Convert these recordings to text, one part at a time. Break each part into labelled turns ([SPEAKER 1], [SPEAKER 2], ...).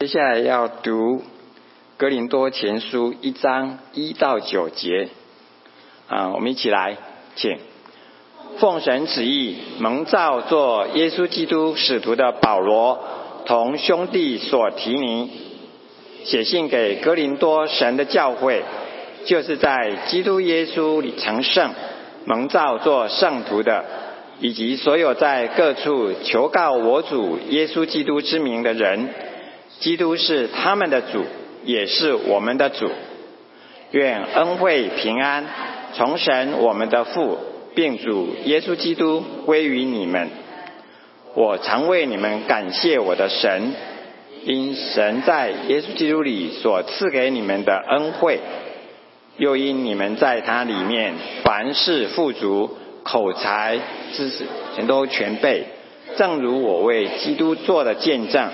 [SPEAKER 1] 接下来要读《格林多前书》一章一到九节，啊，我们一起来，请。奉神旨意蒙召做耶稣基督使徒的保罗，同兄弟所提尼，写信给格林多神的教会，就是在基督耶稣里成圣、蒙召做圣徒的，以及所有在各处求告我主耶稣基督之名的人。基督是他们的主，也是我们的主。愿恩惠平安从神我们的父，并主耶稣基督归于你们。我常为你们感谢我的神，因神在耶稣基督里所赐给你们的恩惠，又因你们在他里面凡事富足，口才、知识全都全备，正如我为基督做的见证，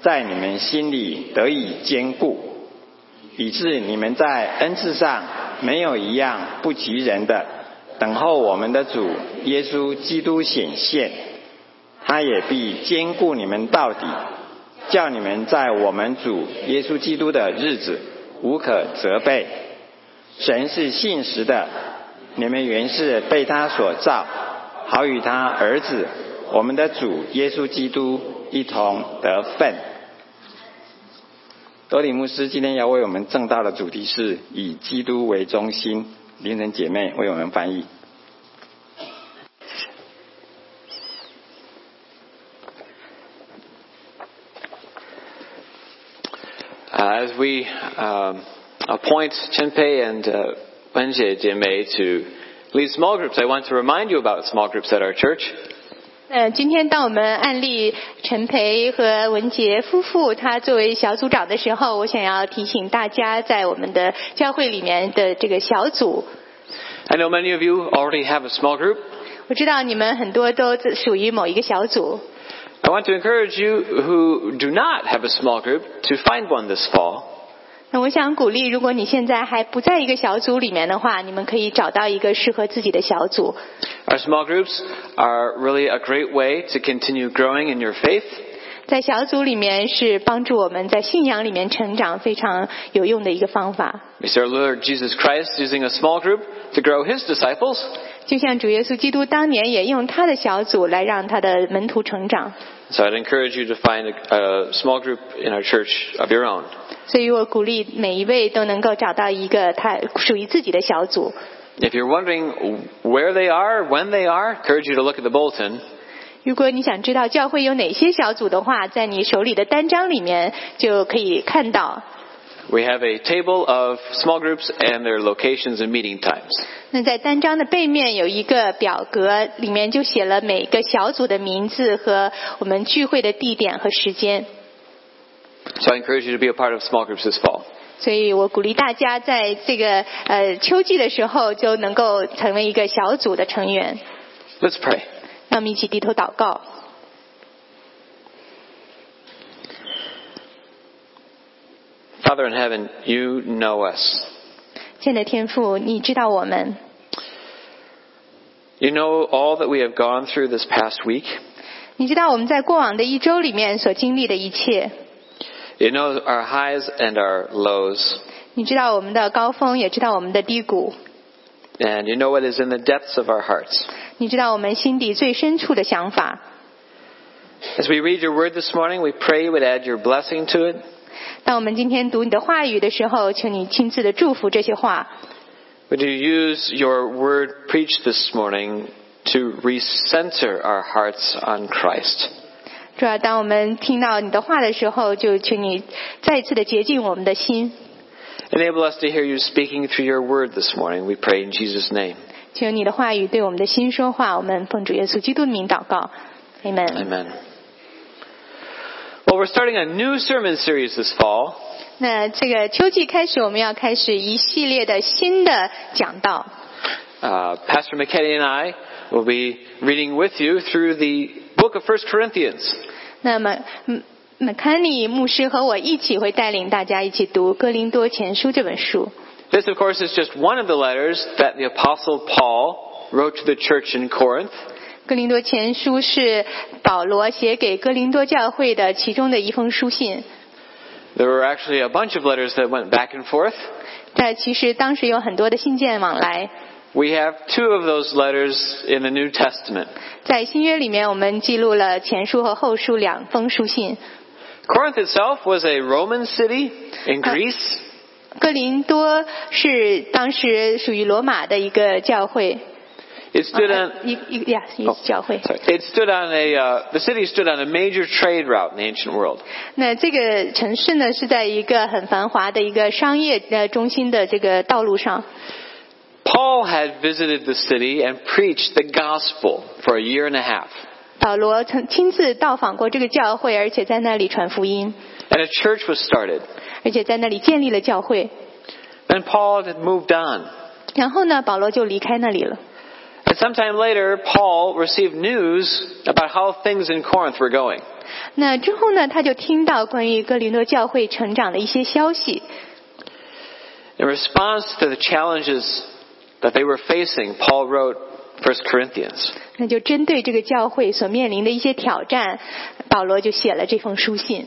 [SPEAKER 1] 在你们心里得以坚固，以致你们在恩赐上没有一样不及人的，等候我们的主耶稣基督显现，他也必坚固你们到底，叫你们在我们主耶稣基督的日子无可责备。神是信实的，你们原是被他所造，好与他儿子我们的主耶稣基督一同得份。多里牧师今天要为我们正道的主题是以基督为中心，林晨姐妹为我们翻译。
[SPEAKER 2] Uh, as we um, appoint Chenpei and uh, Wenjie Jimei to lead small groups, I want to remind you about small groups at our church.
[SPEAKER 3] 呃，今天当我们案例陈培和文杰夫妇他作为小组长的时候，我想要提醒大家，在我们的教会里面的这个小组，
[SPEAKER 2] I know many of you already have a small group.
[SPEAKER 3] 我知道你们很多都属于某一个小组。
[SPEAKER 2] I want to encourage you who do not have a small group to find one this fall.
[SPEAKER 3] 那我想鼓励，如果你现在还不在一个小组里面的话，你们可以找到一个适合自己的小组。
[SPEAKER 2] Our small groups are really a great way to continue growing in your faith.
[SPEAKER 3] 在小组里面是帮助我们在信仰里面成长非常有用的一个方法。
[SPEAKER 2] We see our Lord Jesus Christ using a small group to grow his disciples.
[SPEAKER 3] 就像主耶稣基督当年也用他的小组来让他的门徒成长，
[SPEAKER 2] So I'd encourage you to find a, a small group in our church of your own.
[SPEAKER 3] 所以我鼓励每一位都能够找到一个他属于自己的小组。
[SPEAKER 2] If you're wondering where they are, when they are, I encourage you to look at the bulletin.
[SPEAKER 3] 如果你想知道教会有哪些小组的话，在你手里的单张里面就可以看到。
[SPEAKER 2] We have a table of small groups and their locations and meeting times.
[SPEAKER 3] 那在单张的背面有一个表格，里面就写了每个小组的名字和我们聚会的地点和时间。
[SPEAKER 2] So I encourage you to be a part of small groups this fall.
[SPEAKER 3] 所以我鼓励大家在这个呃秋季的时候就能够成为一个小组的成员。
[SPEAKER 2] Let's pray.
[SPEAKER 3] 让我们一起低头祷告。
[SPEAKER 2] Father in heaven, you know us.
[SPEAKER 3] 亲爱的天父，你知道我们，
[SPEAKER 2] You know all that we have gone through this past week.
[SPEAKER 3] 你知道我们在过往的一周里面所经历的一切，
[SPEAKER 2] You know our highs and our lows.
[SPEAKER 3] 你知道我们的高峰，也知道我们的低谷，
[SPEAKER 2] And you know what is in the depths of our hearts.
[SPEAKER 3] 你知道我们心底最深处的想法。
[SPEAKER 2] As we read your word this morning, we pray you would add your blessing to it.
[SPEAKER 3] 当我们今天读你的话语的时候，求你亲自的祝福这些话。
[SPEAKER 2] Would you use your word preached this morning to recenter our hearts on Christ?
[SPEAKER 3] 主要当我们听到你的话的时候，就请你再一次的洁净我们的心，
[SPEAKER 2] Enable us to hear you speaking through your word this morning, we pray in Jesus' name.
[SPEAKER 3] 求你的话语对我们的心说话。我们奉主耶稣基督的名祷告，amen。
[SPEAKER 2] Amen. Well, we're starting a new sermon series this fall,
[SPEAKER 3] 那这个秋季开始，我们要开始一系列的新的讲道。
[SPEAKER 2] Uh, Pastor McKetty and I will be reading with you through the book of 1 Corinthians.
[SPEAKER 3] 那么，嗯，McCanny 牧师和我一起会带领大家一起读《哥林多前书》这本书。
[SPEAKER 2] This, of course, is just one of the letters that the Apostle Paul wrote to the church in Corinth.
[SPEAKER 3] 《哥林多前书》是保罗写给哥林多教会的其中的一封书信。
[SPEAKER 2] There were actually a bunch of letters that went back and forth.
[SPEAKER 3] 但其实当时有很多的信件往来，
[SPEAKER 2] We have two of those letters in the New Testament.
[SPEAKER 3] 在新约里面，我们记录了前书和后书两封书信。
[SPEAKER 2] Corinth itself was a Roman city in
[SPEAKER 3] Uh,
[SPEAKER 2] Greece.
[SPEAKER 3] 哥林多是当时属于罗马的一个教会，
[SPEAKER 2] It
[SPEAKER 3] 啊
[SPEAKER 2] stood on oh,
[SPEAKER 3] 一一呀，一个教会。
[SPEAKER 2] sorry, it stood on a uh, the city stood on a major trade route in the ancient world.
[SPEAKER 3] 那这个城市呢，是在一个很繁华的一个商业呃中心的这个道路上。
[SPEAKER 2] Paul had visited the city and preached the gospel for a year and a half,
[SPEAKER 3] 保罗曾亲自到访过这个教会，而且在那里传福音，
[SPEAKER 2] and a church was started.
[SPEAKER 3] 而且在那里建立了教会。
[SPEAKER 2] Then Paul had moved on.
[SPEAKER 3] 然后呢，保罗就离开那里了。
[SPEAKER 2] And sometime later, Paul received news about how things in Corinth were going.
[SPEAKER 3] 那之后呢，他就听到关于哥林多教会成长的一些消息。
[SPEAKER 2] In response to the challenges that they were facing, Paul wrote 1 Corinthians.
[SPEAKER 3] 那就针对这个教会所面临的一些挑战，保罗就写了这封书信。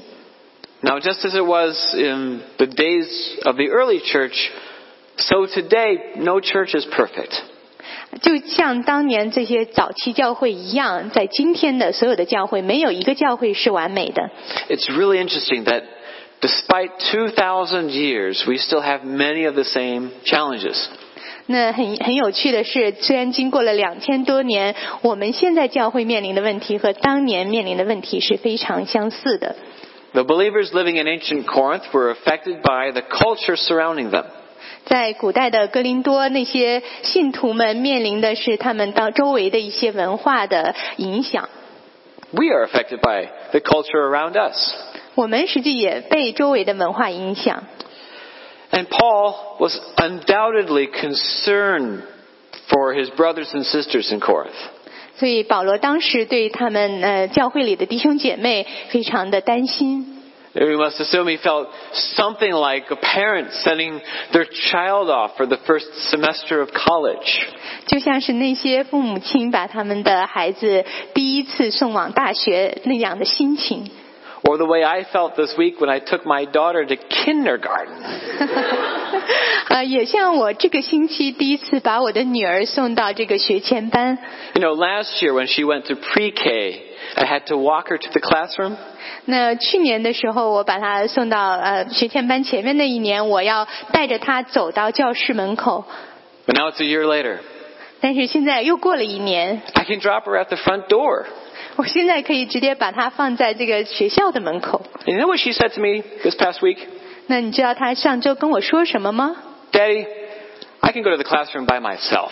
[SPEAKER 2] Now, just as it was in the days of the early church, so today, no church is perfect.
[SPEAKER 3] 就像当年这些早期教会一样，在今天的所有的教会，没有一个教会是完美的。
[SPEAKER 2] It's really interesting that despite 2,000 years, we still have many of the same challenges.
[SPEAKER 3] 那很很有趣的是，虽然经过了两千多年，我们现在教会面临的问题和当年面临的问题是非常相似的。
[SPEAKER 2] The believers living in ancient Corinth were affected by the culture surrounding them.
[SPEAKER 3] 在古代的哥林多，那些信徒们面临的是他们到周围的一些文化的影响。
[SPEAKER 2] We are affected by the culture around us.
[SPEAKER 3] 我们实际也被周围的文化影响。
[SPEAKER 2] And Paul was undoubtedly concerned for his brothers and sisters in Corinth.
[SPEAKER 3] 所以保罗当时对他们呃教会里的弟兄姐妹非常的担心。
[SPEAKER 2] We must assume he felt something like a parent sending their child off for the first semester of college.
[SPEAKER 3] 就像是那些父母亲把他们的孩子第一次送往大学那样的心情，
[SPEAKER 2] Or the way I felt this week when I took my daughter to kindergarten.
[SPEAKER 3] 呃，也像我这个星期第一次把我的女儿送到这个学前班。
[SPEAKER 2] You know, last year when she went to pre-K, I had to walk her to the classroom.
[SPEAKER 3] 那去年的时候，我把她送到呃学前班前面那一年，我要带着她走到教室门口，
[SPEAKER 2] But now it's a year later.
[SPEAKER 3] 但是现在又过了一年，
[SPEAKER 2] I can drop her at the front door.
[SPEAKER 3] 我现在可以直接把它放在这个学校的门口。
[SPEAKER 2] And you know what she said to me this past week?
[SPEAKER 3] 那你知道他上周跟我说什么吗？
[SPEAKER 2] Daddy, I can go to the classroom by myself.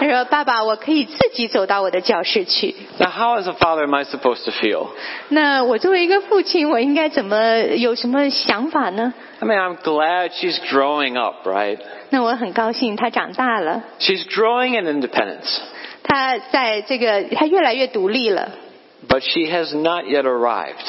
[SPEAKER 3] 他说：“爸爸，我可以自己走到我的教室去。
[SPEAKER 2] Now, how as a father am I supposed to feel? ”
[SPEAKER 3] 那我作为一个父亲，我应该怎么有什么想法呢？
[SPEAKER 2] I mean, I'm glad she's growing up, right?
[SPEAKER 3] 那我很高兴他长大了，
[SPEAKER 2] She's growing in independence,
[SPEAKER 3] 他在这个他越来越独立了。
[SPEAKER 2] but she has not yet arrived.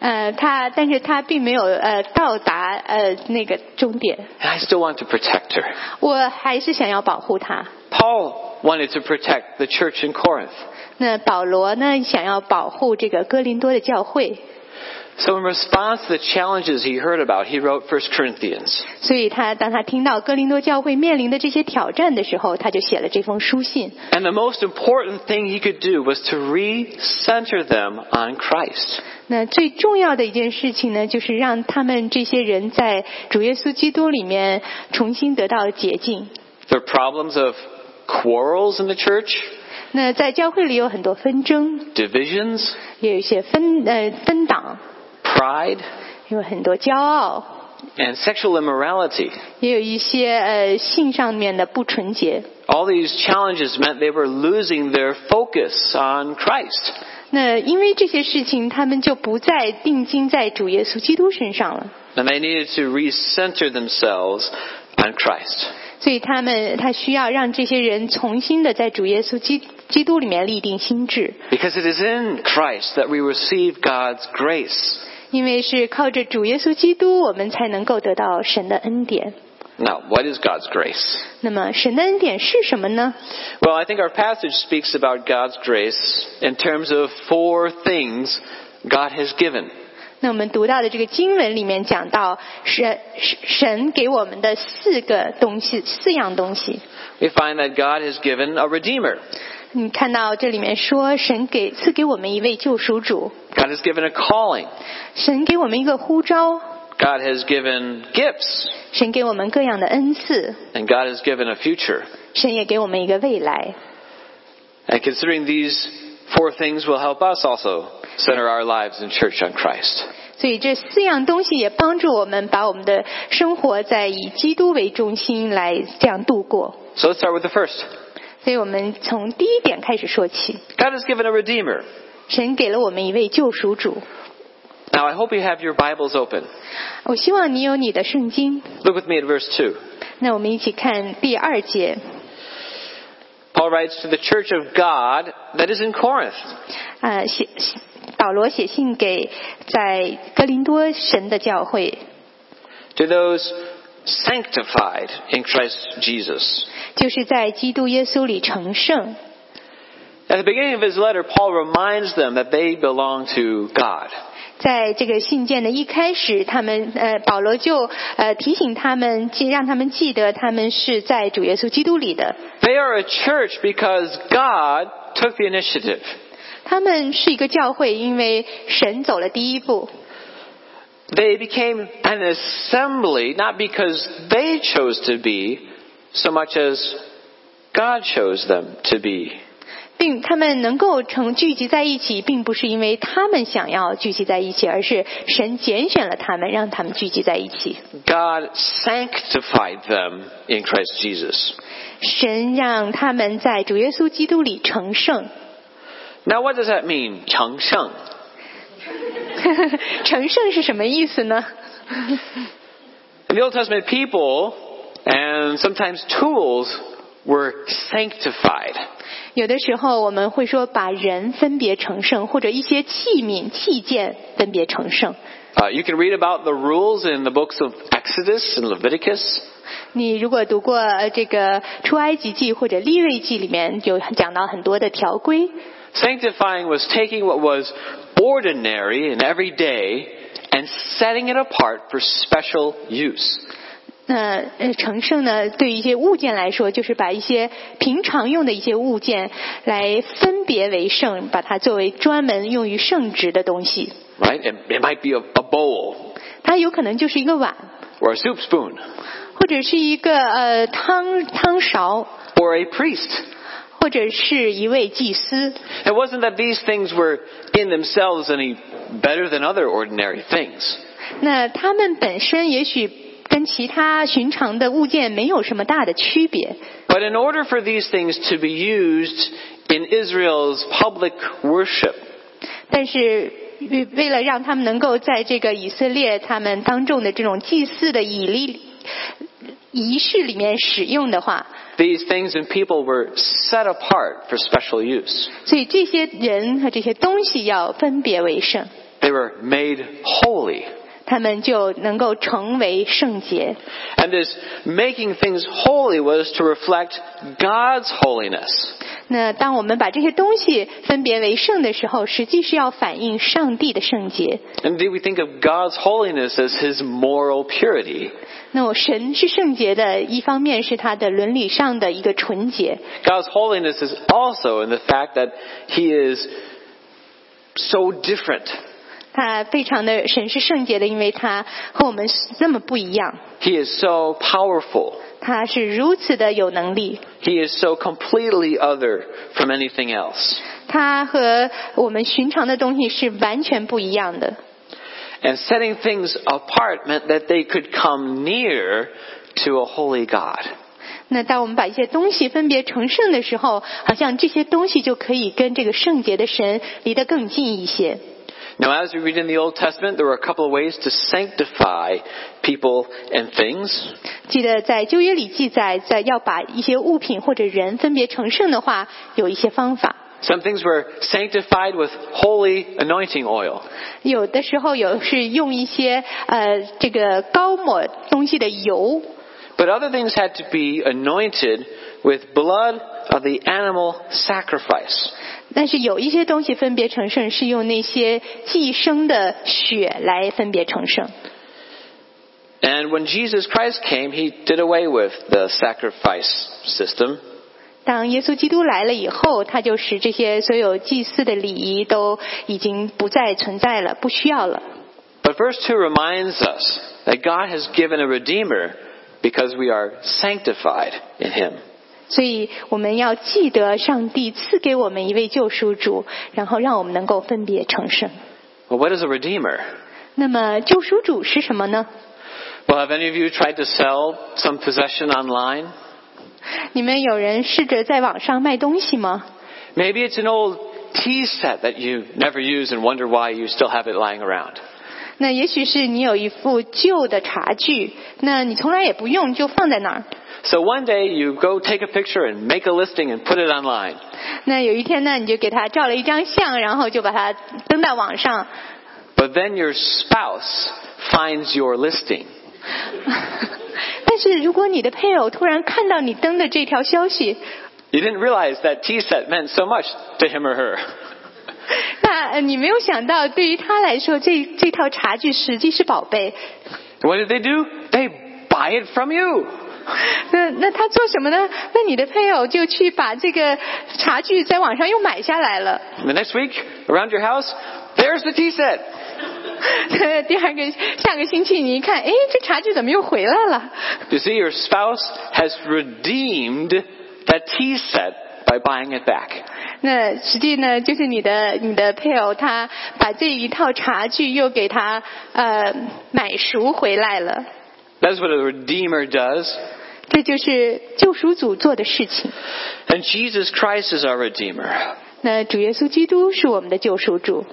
[SPEAKER 3] 呃，他但是他并没有呃到达呃那个终点，
[SPEAKER 2] And I still want to protect her.
[SPEAKER 3] 我还是想要保护他。
[SPEAKER 2] Paul wanted to protect the church in Corinth.
[SPEAKER 3] 那保罗呢，想要保护这个哥林多的教会，
[SPEAKER 2] So in response to the challenges he heard about, he wrote 1 Corinthians.
[SPEAKER 3] 所以他当他听到哥林多教会面临的这些挑战的时候，他就写了这封书信。
[SPEAKER 2] And the most important thing he could do was to recenter them on Christ.
[SPEAKER 3] 那最重要的一件事情呢，就是让他们这些人在主耶稣基督里面重新得到洁净。
[SPEAKER 2] Their problems of quarrels in the church,
[SPEAKER 3] 那在教会里有很多纷争，
[SPEAKER 2] divisions,
[SPEAKER 3] 也有一些分呃分党，
[SPEAKER 2] pride,
[SPEAKER 3] 有很多骄傲，
[SPEAKER 2] and sexual immorality.
[SPEAKER 3] 也有一些呃性上面的不纯洁。
[SPEAKER 2] All these challenges meant they were losing their focus on Christ.
[SPEAKER 3] 那因为这些事情，他们就不再定睛在主耶稣基督身上了。
[SPEAKER 2] And they needed to recenter themselves on Christ.
[SPEAKER 3] 所以他们他需要让这些人重新的在主耶稣基基督里面立定心智，
[SPEAKER 2] Because it is in Christ that we receive God's grace.
[SPEAKER 3] 因为是靠着主耶稣基督，我们才能够得到神的恩典。
[SPEAKER 2] Now, what is God's grace?
[SPEAKER 3] 那么神的恩典是什么呢？
[SPEAKER 2] Well, I think our passage speaks about God's grace in terms of four things God has given.
[SPEAKER 3] 那我们读到的这个经文里面讲到神神神给我们的四个东西，四样东西。
[SPEAKER 2] We find that God has given a Redeemer.
[SPEAKER 3] 你看到这里面说，神给赐给我们一位救赎主，
[SPEAKER 2] God has given a calling.
[SPEAKER 3] 神给我们一个呼召，
[SPEAKER 2] God has given gifts.
[SPEAKER 3] 神给我们各样的恩赐，
[SPEAKER 2] And God has given a future.
[SPEAKER 3] 神也给我们一个未来。
[SPEAKER 2] And considering these four things will help us also center our lives in church on Christ.
[SPEAKER 3] 所以这四样东西也帮助我们把我们的生活在以基督为中心来这样度过。
[SPEAKER 2] So let's start with the first.
[SPEAKER 3] 所以我们从第一点开始说起，
[SPEAKER 2] God has given a Redeemer.
[SPEAKER 3] 神给了我们一位救赎主。
[SPEAKER 2] Now I hope you have your Bibles open.
[SPEAKER 3] 我希望你有你的圣经。
[SPEAKER 2] Look with me at verse 2.
[SPEAKER 3] 那我们一起看第二节，
[SPEAKER 2] Paul writes to the church of God that is in Corinth.
[SPEAKER 3] 呃，写写保罗写信给在哥林多神的教会，
[SPEAKER 2] to those sanctified in Christ Jesus.
[SPEAKER 3] 就是在基督耶稣里成圣。
[SPEAKER 2] At the beginning of his letter, Paul reminds them that they belong to God.
[SPEAKER 3] 在这个信件的一开始，他们呃，保罗就呃提醒他们，记让他们记得他们是在主耶稣基督里的。
[SPEAKER 2] They are a church because God took the initiative.
[SPEAKER 3] 他们是一个教会，因为神走了第一步。
[SPEAKER 2] They became an assembly not because they chose to be so much as God chose them to be.
[SPEAKER 3] 并他们能够成聚集在一起，并不是因为他们想要聚集在一起，而是神拣选了他们，让他们聚集在一起。
[SPEAKER 2] God sanctified them in Christ Jesus.
[SPEAKER 3] 神让他们在主耶稣基督里成圣。
[SPEAKER 2] Now what does that mean? 成圣.
[SPEAKER 3] 成圣是什么意思呢？
[SPEAKER 2] In the Old Testament, people and sometimes tools were sanctified.
[SPEAKER 3] 有的时候我们会说把人分别成圣，或者一些器皿、器件分别成圣。
[SPEAKER 2] Uh, you can read about the rules in the books of Exodus and Leviticus.
[SPEAKER 3] 你如果读过呃这个出埃及记或者利未记里面，有讲到很多的条规。
[SPEAKER 2] Sanctifying was taking what was ordinary and everyday and setting it apart for special use.
[SPEAKER 3] 那呃，成圣呢，对一些物件来说，就是把一些平常用的一些物件来分别为圣，把它作为专门用于圣职的东西。
[SPEAKER 2] Right? It, it might be a, a bowl
[SPEAKER 3] 它有可能就是一个碗，
[SPEAKER 2] or a soup spoon
[SPEAKER 3] 或者是一个呃汤汤勺，
[SPEAKER 2] or a priest.
[SPEAKER 3] 或者是一位祭司。
[SPEAKER 2] It wasn't that these things were in themselves any better than other ordinary things.
[SPEAKER 3] 那它们本身也许跟其他寻常的物件没有什么大的区别，
[SPEAKER 2] But in order for these things to be used in Israel's public worship,
[SPEAKER 3] 但是为为了让他们能够在这个以色列他们当众的这种祭祀的以礼仪式里面使用的话，
[SPEAKER 2] these things and people were set apart for special use.
[SPEAKER 3] 所以这些人和这些东西要分别为圣，
[SPEAKER 2] They were made holy.
[SPEAKER 3] 他们就能够成为圣洁。
[SPEAKER 2] And this making things holy was to reflect God's holiness.
[SPEAKER 3] 那当我们把这些东西分别为圣的时候，实际是要反映上帝的圣洁。
[SPEAKER 2] Indeed, we think of God's holiness as His moral purity.
[SPEAKER 3] 那我神是圣洁的，一方面是他的伦理上的一个纯洁，
[SPEAKER 2] God's holiness is also in the fact that He is so different.
[SPEAKER 3] 他非常的神是圣洁的，因为他和我们那么不一样，
[SPEAKER 2] He is so powerful.
[SPEAKER 3] 他是如此的有能力，
[SPEAKER 2] He is so completely other from anything else.
[SPEAKER 3] 他和我们寻常的东西是完全不一样的。
[SPEAKER 2] And setting things apart meant that they could come near to a holy God.
[SPEAKER 3] 那当我们把一些东西分别成圣的时候，好像这些东西就可以跟这个圣洁的神离得更近一些。
[SPEAKER 2] Now, as we read in the Old Testament, there were a couple of ways to sanctify people and things.
[SPEAKER 3] 记得在旧约里记载，在要把一些物品或者人分别成圣的话，有一些方法。
[SPEAKER 2] Some things were sanctified with holy anointing oil.
[SPEAKER 3] 有的时候有是用一些呃这个高抹东西的油，
[SPEAKER 2] But other things had to be anointed with blood of the animal sacrifice.
[SPEAKER 3] 但是有一些东西分别成圣，是用那些寄生的血来分别成圣。
[SPEAKER 2] And when Jesus Christ came, he did away with the sacrifice system
[SPEAKER 3] 当耶稣基督来了以后，他就使这些所有祭祀的礼仪都已经不再存在了，不需要了。
[SPEAKER 2] But verse 2 reminds us that God has given a Redeemer because we are sanctified in Him.
[SPEAKER 3] 所以我们要记得，上帝赐给我们一位救赎主，然后让我们能够分别成圣。
[SPEAKER 2] Well, what is a Redeemer?
[SPEAKER 3] 那么救赎主是什么呢？
[SPEAKER 2] Well, have any of you tried to sell some possession online?
[SPEAKER 3] 你们有人试着在网上卖东西吗？
[SPEAKER 2] Maybe it's an old tea set that you never use and wonder why you still have it lying around.
[SPEAKER 3] 那也许是你有一副旧的茶具，那你从来也不用，就放在那儿。
[SPEAKER 2] So one day you go take a picture and make a listing and put it online.
[SPEAKER 3] 那有一天呢，你就给他照了一张相，然后就把它登到网上。
[SPEAKER 2] But then your spouse finds your listing
[SPEAKER 3] 但是如果你的配偶突然看到你登的这条消息，
[SPEAKER 2] You didn't realize that tea set meant so much to him or her.
[SPEAKER 3] 那呃你没有想到，对于他来说，这这套茶具实际是宝贝。
[SPEAKER 2] And what did they do? They buy it from you.
[SPEAKER 3] 那那他做什么呢？那你的配偶就去把这个茶具在网上又买下来了。
[SPEAKER 2] And the next week, around your house, there's the tea set.
[SPEAKER 3] 第二个下个星期你一看，哎，这茶具怎么又回来了？
[SPEAKER 2] You see, your spouse has redeemed that tea set by buying it back.
[SPEAKER 3] 那实际呢，就是你的你的配偶他把这一套茶具又给他呃买赎回来了。
[SPEAKER 2] That's what a redeemer does.
[SPEAKER 3] 这就是救赎主做的事情。
[SPEAKER 2] And Jesus Christ is our redeemer.
[SPEAKER 3] 那主耶稣基督是我们的救赎主，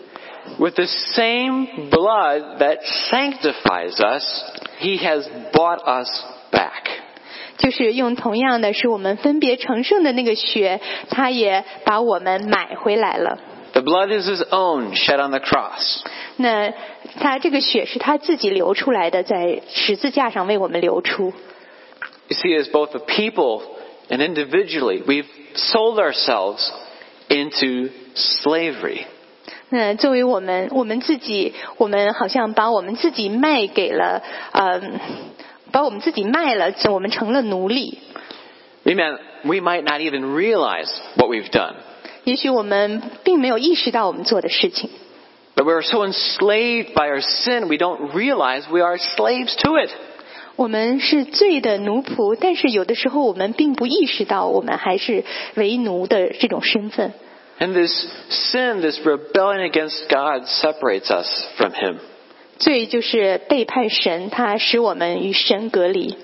[SPEAKER 2] With the same blood that sanctifies us, he has bought us back.
[SPEAKER 3] 就是用同样的是我们分别成圣的那个血，他也把我们买回来了。
[SPEAKER 2] The blood is his own shed on the cross.
[SPEAKER 3] 那他这个血是他自己流出来的，在十字架上为我们流出。
[SPEAKER 2] You see, as both a people and individually, we've sold ourselves into slavery.
[SPEAKER 3] 那作为我们我们自己，我们好像把我们自己卖给了，呃，把我们自己卖了，我们成了奴隶。
[SPEAKER 2] We might, we might not even realize what we've done,
[SPEAKER 3] 也许我们并没有意识到我们做的事情。
[SPEAKER 2] but we're so enslaved by our sin, we don't realize we are slaves to it.
[SPEAKER 3] 我们是罪的奴仆，但是有的时候我们并不意识到，我们还是为奴的这种身份。
[SPEAKER 2] And this sin, this rebellion against God, separates us from Him.
[SPEAKER 3] 罪就是背叛神，它使我们与神隔离。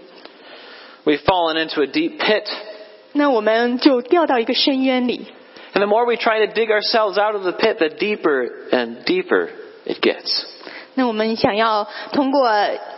[SPEAKER 2] We've fallen into a deep pit,
[SPEAKER 3] 那我们就掉到一个深渊里。
[SPEAKER 2] and the more we try to dig ourselves out of the pit, the deeper and deeper it gets.
[SPEAKER 3] 那我们想要通过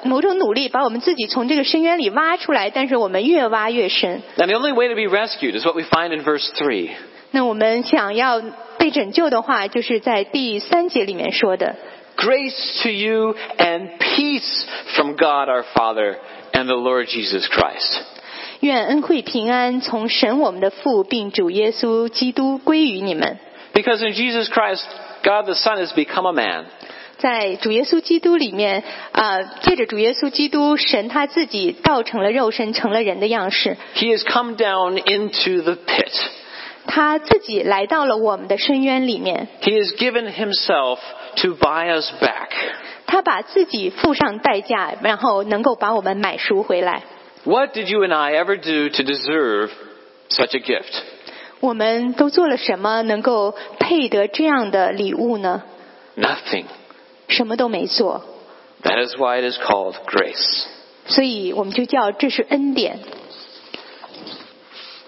[SPEAKER 3] 某种努力把我们自己从这个深渊里挖出来，但是我们越挖越深。
[SPEAKER 2] And the only way to be rescued is what we find in verse 3.
[SPEAKER 3] 那我们想要被拯救的话，就是在第三节里面说的。
[SPEAKER 2] Grace to you and peace from God our Father and the Lord Jesus Christ.
[SPEAKER 3] 愿恩惠平安从神我们的父并主耶稣基督归于你们。
[SPEAKER 2] Because in Jesus Christ, God the Son has become a man.
[SPEAKER 3] 在主耶稣基督里面，啊、借着主耶稣基督，神他自己道成了肉身，成了人的样式，
[SPEAKER 2] He has come down into the pit.
[SPEAKER 3] 他自己来到了我们的深渊里面，
[SPEAKER 2] He has given himself to buy us back.
[SPEAKER 3] 他把自己付上代价，然后能够把我们买赎回来。
[SPEAKER 2] What did you and I ever do to deserve such a gift?
[SPEAKER 3] 我们都做了什么能够配得这样的礼物呢？
[SPEAKER 2] Nothing.
[SPEAKER 3] 什么都没做，
[SPEAKER 2] That is why it is called grace.
[SPEAKER 3] 所以我们就叫这是恩典。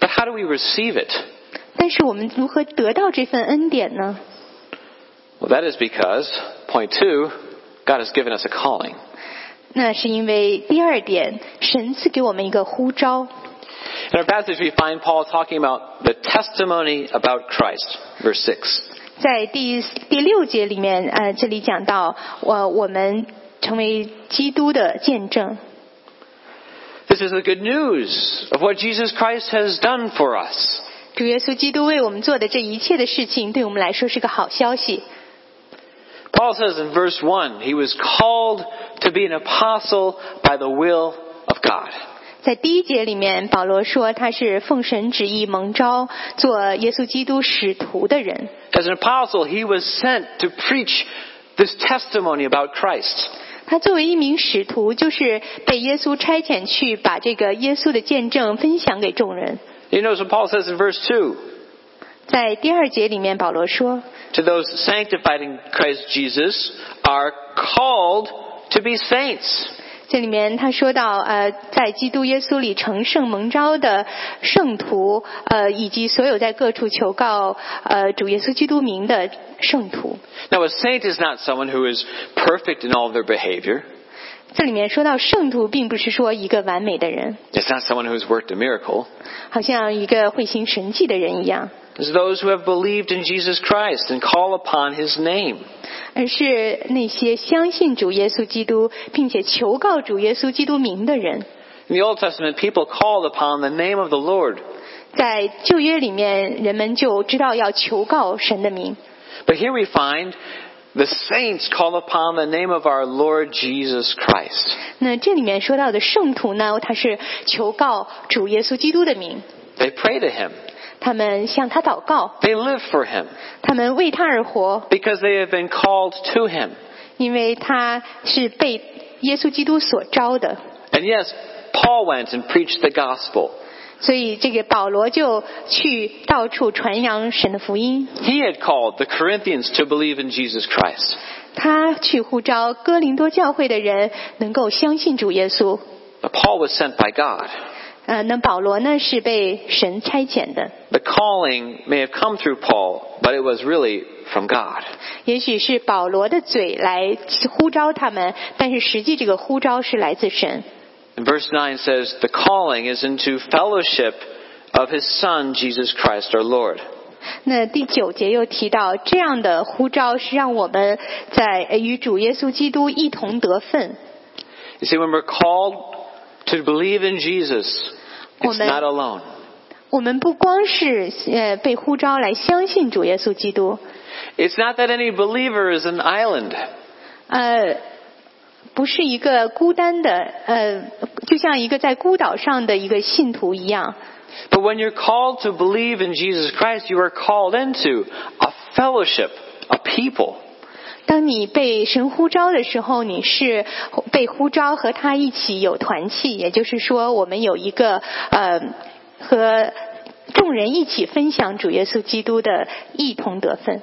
[SPEAKER 2] But how do we receive it?
[SPEAKER 3] 但是我们如何得到这份恩典呢？
[SPEAKER 2] Well, that is because, point two, God has given us a calling.
[SPEAKER 3] 那是因为第二点，神赐给我们一个呼召。
[SPEAKER 2] In our passage, we find Paul talking about the testimony about Christ, verse 6.
[SPEAKER 3] 在第第六节里面，呃，这里讲到呃我我们成为基督的见证，
[SPEAKER 2] This is the good news of what Jesus Christ has done for us.
[SPEAKER 3] 主耶稣基督为我们做的这一切的事情，对我们来说是个好消息。
[SPEAKER 2] Paul says in verse 1, he was called to be an apostle by the will of God.
[SPEAKER 3] 在第一节里面，保罗说他是奉神旨意蒙召做耶稣基督使徒的人。
[SPEAKER 2] As an apostle, he was sent to preach this testimony about Christ.
[SPEAKER 3] 他作为一名使徒，就是被耶稣差遣去把这个耶稣的见证分享给众人。
[SPEAKER 2] You notice what Paul says in verse 2
[SPEAKER 3] 在第二节里面，保罗说，
[SPEAKER 2] To those sanctified in Christ Jesus are called to be saints.
[SPEAKER 3] 这里面他说到，呃，在基督耶稣里成圣蒙召的圣徒，呃，以及所有在各处求告呃主耶稣基督名的圣徒。
[SPEAKER 2] Now, a saint is not someone who is perfect in all of their behavior.
[SPEAKER 3] 这里面说到圣徒，并不是说一个完美的人，
[SPEAKER 2] It's not someone who's worked a miracle.
[SPEAKER 3] 好像一个会行神迹的人一样，
[SPEAKER 2] It's those who have believed in Jesus Christ and call upon his name.
[SPEAKER 3] 而是那些相信主耶稣基督，并且求告主耶稣基督名的人。
[SPEAKER 2] In the Old Testament, people called upon the name of the Lord.
[SPEAKER 3] 在旧约里面，人们就知道要求告神的名。
[SPEAKER 2] But here we find the saints call upon the name of our Lord Jesus Christ.
[SPEAKER 3] 那这里面说到的圣徒呢，他是求告主耶稣基督的名，
[SPEAKER 2] They pray to him.
[SPEAKER 3] 他们向他祷告，
[SPEAKER 2] They live for him
[SPEAKER 3] 他们为他而活，
[SPEAKER 2] because they have been called to him.
[SPEAKER 3] 因为他是被耶稣基督所招的。
[SPEAKER 2] And yes, Paul went and preached the gospel.
[SPEAKER 3] 所以，这个保罗就去到处传扬神的福音，
[SPEAKER 2] He had called the Corinthians to believe in Jesus Christ.
[SPEAKER 3] 他去呼召哥林多教会的人能够相信主耶稣。
[SPEAKER 2] But Paul was sent by God.
[SPEAKER 3] 呃，那保罗呢是被神差遣的，
[SPEAKER 2] The calling may have come through Paul, but it was really from God.
[SPEAKER 3] 也许是保罗的嘴来呼召他们，但是实际这个呼召是来自神。
[SPEAKER 2] And verse 9 says, The calling is into fellowship of his Son, Jesus Christ our Lord.
[SPEAKER 3] 那第九节又提到，这样的呼召是让我们在呃与主耶稣基督一同得分。
[SPEAKER 2] You see, when we're called to believe in Jesus, it's
[SPEAKER 3] Woman.
[SPEAKER 2] not alone.
[SPEAKER 3] 我们不光是呃被呼召来相信主耶稣基督，
[SPEAKER 2] It's not that any believer is an island.
[SPEAKER 3] 呃，不是一个孤单的，呃，就像一个在孤岛上的一个信徒一样。
[SPEAKER 2] But when you're called to believe in Jesus Christ, you are called into a fellowship, a people.
[SPEAKER 3] 当你被神呼召的时候，你是被呼召和他一起有团契，也就是说，我们有一个呃和众人一起分享主耶稣基督的一同得分。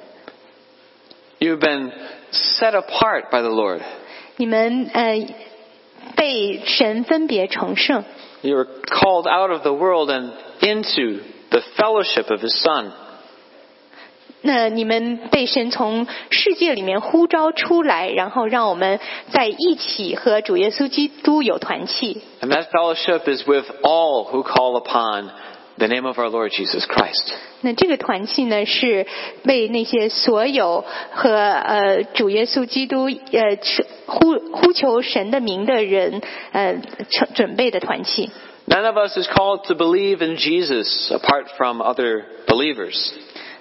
[SPEAKER 2] You've been set apart by the Lord.
[SPEAKER 3] 你们呃被神分别成圣，
[SPEAKER 2] You are called out of the world and into the fellowship of his Son.
[SPEAKER 3] 那你们被神从世界里面呼召出来，然后让我们在一起和主耶稣基督有团契。
[SPEAKER 2] And that fellowship is with all who call upon the name of our Lord Jesus Christ.
[SPEAKER 3] 那这个团契呢，是为那些所有和呃主耶稣基督呃是呼呼求神的名的人呃成准备的团契。
[SPEAKER 2] None of us is called to believe in Jesus apart from other believers.